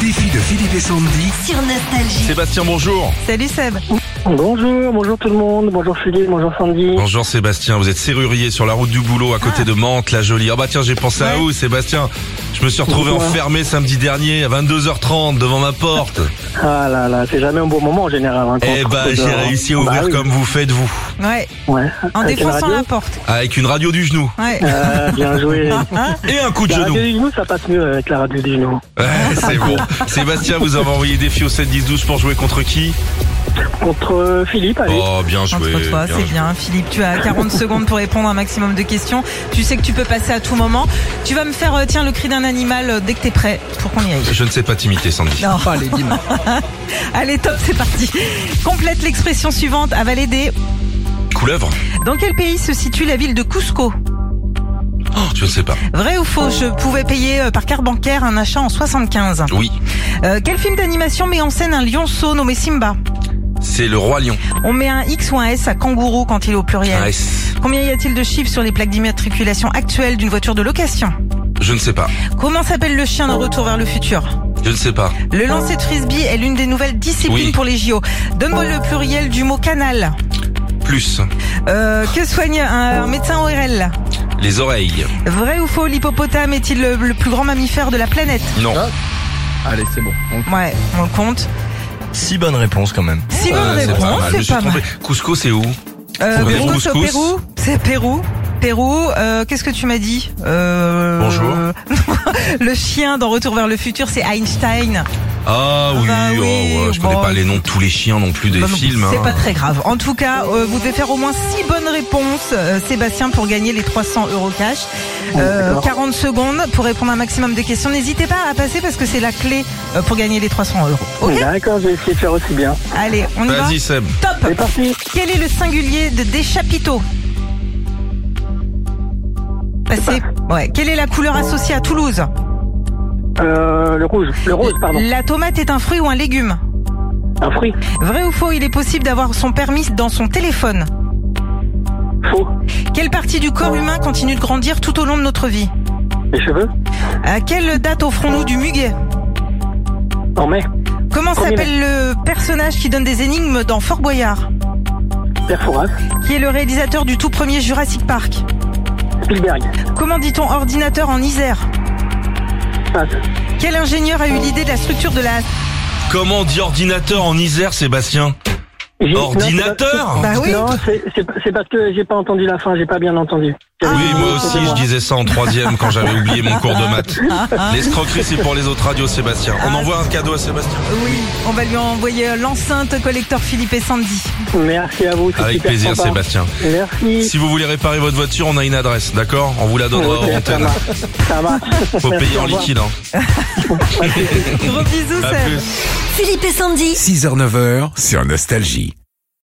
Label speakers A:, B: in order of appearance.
A: défi de Philippe et Sandy.
B: sur Nostalgie.
C: Sébastien, bonjour.
D: Salut Seb.
E: Bonjour, bonjour tout le monde, bonjour Philippe, bonjour Sandy.
C: Bonjour Sébastien, vous êtes serrurier sur la route du boulot à côté de Mantes, la jolie. Ah bah tiens, j'ai pensé à vous Sébastien. Je me suis retrouvé
E: Pourquoi
C: enfermé samedi dernier à 22h30 devant ma porte.
E: Ah là là, c'est jamais un bon moment en général. hein, quand
C: Eh
E: on
C: bah
E: se
C: j'ai
E: trouve dehors.
C: réussi à
E: Bah
C: ouvrir
E: oui,
C: comme vous faites vous.
D: Ouais,
E: ouais.
D: en
E: Avec la
D: défonçant
E: radio
D: la porte.
C: Avec une radio du genou.
D: Ouais.
E: Ah, bien joué.
C: Hein Et un coup de
E: la
C: genou.
E: radio du genou, ça passe mieux avec la radio du genou.
C: Ouais, c'est bon. Sébastien, vous avez envoyé défi au 7-10-12 pour jouer contre qui
E: Contre euh, Philippe, allez.
C: Oh bien joué.
D: Entre toi,
C: bien
D: c'est
C: joué.
D: bien. Philippe, tu as 40 secondes pour répondre à un maximum de questions. Tu sais que tu peux passer à tout moment. Tu vas me faire, euh, tiens, le cri d'un animal euh, dès que t'es prêt pour qu'on y aille.
C: Je ne sais pas t'imiter Sandy.
D: Non. Allez, top, c'est parti. Complète l'expression suivante, avaler des.
C: Couleuvre
D: Dans quel pays se situe la ville de Cusco
C: Oh, Je ne sais pas.
D: Vrai ou faux, je
C: Oh.
D: pouvais payer euh, par carte bancaire un achat en 75.
C: Oui.
D: Euh, quel film d'animation met en scène un lionceau nommé Simba
C: C'est le roi lion. Ah,
D: On met un X ou un S à kangourou quand il est au pluriel.
C: Un S.
D: Combien y a-t-il de chiffres sur les plaques d'immatriculation actuelles d'une voiture de location
C: Je ne sais pas.
D: Comment s'appelle le chien dans Retour vers le futur
C: Je ne sais pas.
D: Le lancer de frisbee est l'une des nouvelles disciplines
C: Oui.
D: pour les JO. Donne-moi le pluriel du mot canal.
C: Plus.
D: Euh, que soigne un, un médecin ORL
C: Les oreilles.
D: Vrai ou faux, l'hippopotame est-il le, le plus grand mammifère de la planète
C: Non.
F: Allez, c'est bon.
D: Ouais, on le compte.
F: Six bonnes réponses quand même.
D: Si
C: Ah,
D: bonne
C: c'est pas
D: réponse,
C: mal, je me
D: c'est
C: suis
D: pas mal.
C: trompé. Cusco, c'est où
D: Euh,
C: Trouvez
D: Pérou, c'est au
C: couscous.
D: Pérou. C'est Pérou. Pérou, euh, qu'est-ce que tu m'as dit Euh,
C: Bonjour.
D: le chien dans Retour vers le futur, c'est Einstein.
C: Ah oui,
D: Bah
C: oh,
D: oui,
C: ouais, je connais
D: bon.
C: pas les noms de tous les chiens non plus des
D: Bah non,
C: films.
D: C'est
C: hein.
D: pas très grave. En tout cas, euh, vous devez faire au moins six bonnes réponses, euh, Sébastien, pour gagner les 300 euros cash. Euh,
E: D'accord.
D: 40 secondes pour répondre à un maximum de questions. N'hésitez pas à passer parce que c'est la clé euh, pour gagner les 300 euros.
C: Oh.
D: Ok
E: D'accord, je vais essayer de faire aussi bien.
D: Allez, on y va.
C: Vas-y Seb,
E: C'est
D: Top
E: parti.
D: Quel est le singulier de des chapiteaux Passez. Bah,
E: Bah.
D: Ouais. Quelle est la couleur associée à Toulouse
E: Euh, le rouge, le rose, pardon.
D: La tomate est un fruit ou un légume
E: Un fruit.
D: Vrai ou faux, il est possible d'avoir son permis dans son téléphone
E: Faux.
D: Quelle partie du corps humain continue de grandir tout au long de notre vie
E: Les cheveux.
D: À quelle date offrons-nous du muguet
E: En mai.
D: Comment
E: Premier
D: s'appelle le personnage qui donne des énigmes dans Fort Boyard
E: Perforas.
D: Qui est le réalisateur du tout premier Jurassic Park
E: Spielberg.
D: Comment dit-on ordinateur en Isère
E: Passe.
D: Quel ingénieur a eu l'idée de la structure de la...
C: comment on dit ordinateur en Isère Sébastien
E: J'ai- non,
C: Ordinateur
E: c'est
D: Bah
E: pas-
D: oui.
E: Non, c'est- c'est c'est parce que j'ai pas entendu la fin, j'ai pas bien entendu.
C: Oui, moi
E: Ah.
C: aussi je disais ça en troisième quand j'avais oublié mon cours de maths.
D: Ah,
C: L'escroquerie c'est pour les autres radios Sébastien. On envoie un cadeau à Sébastien.
D: Oui, on va lui envoyer l'enceinte collector Philippe et Sandy.
E: Merci à vous. c'est
C: Avec
E: super
C: plaisir
E: sympa.
C: Sébastien.
E: Merci.
C: Si vous voulez réparer votre voiture, on a une adresse, d'accord On vous la donnera
E: Ok,
C: hors
E: ça
C: antenne.
E: marche. Ça marche.
C: Faut
E: Merci,
C: payer
E: au
C: en
E: revoir.
C: liquide. Hein.
D: Gros bisous,
C: À
D: Seb.
C: plus.
B: Philippe et Sandy.
A: 6h, 9h sur Nostalgie.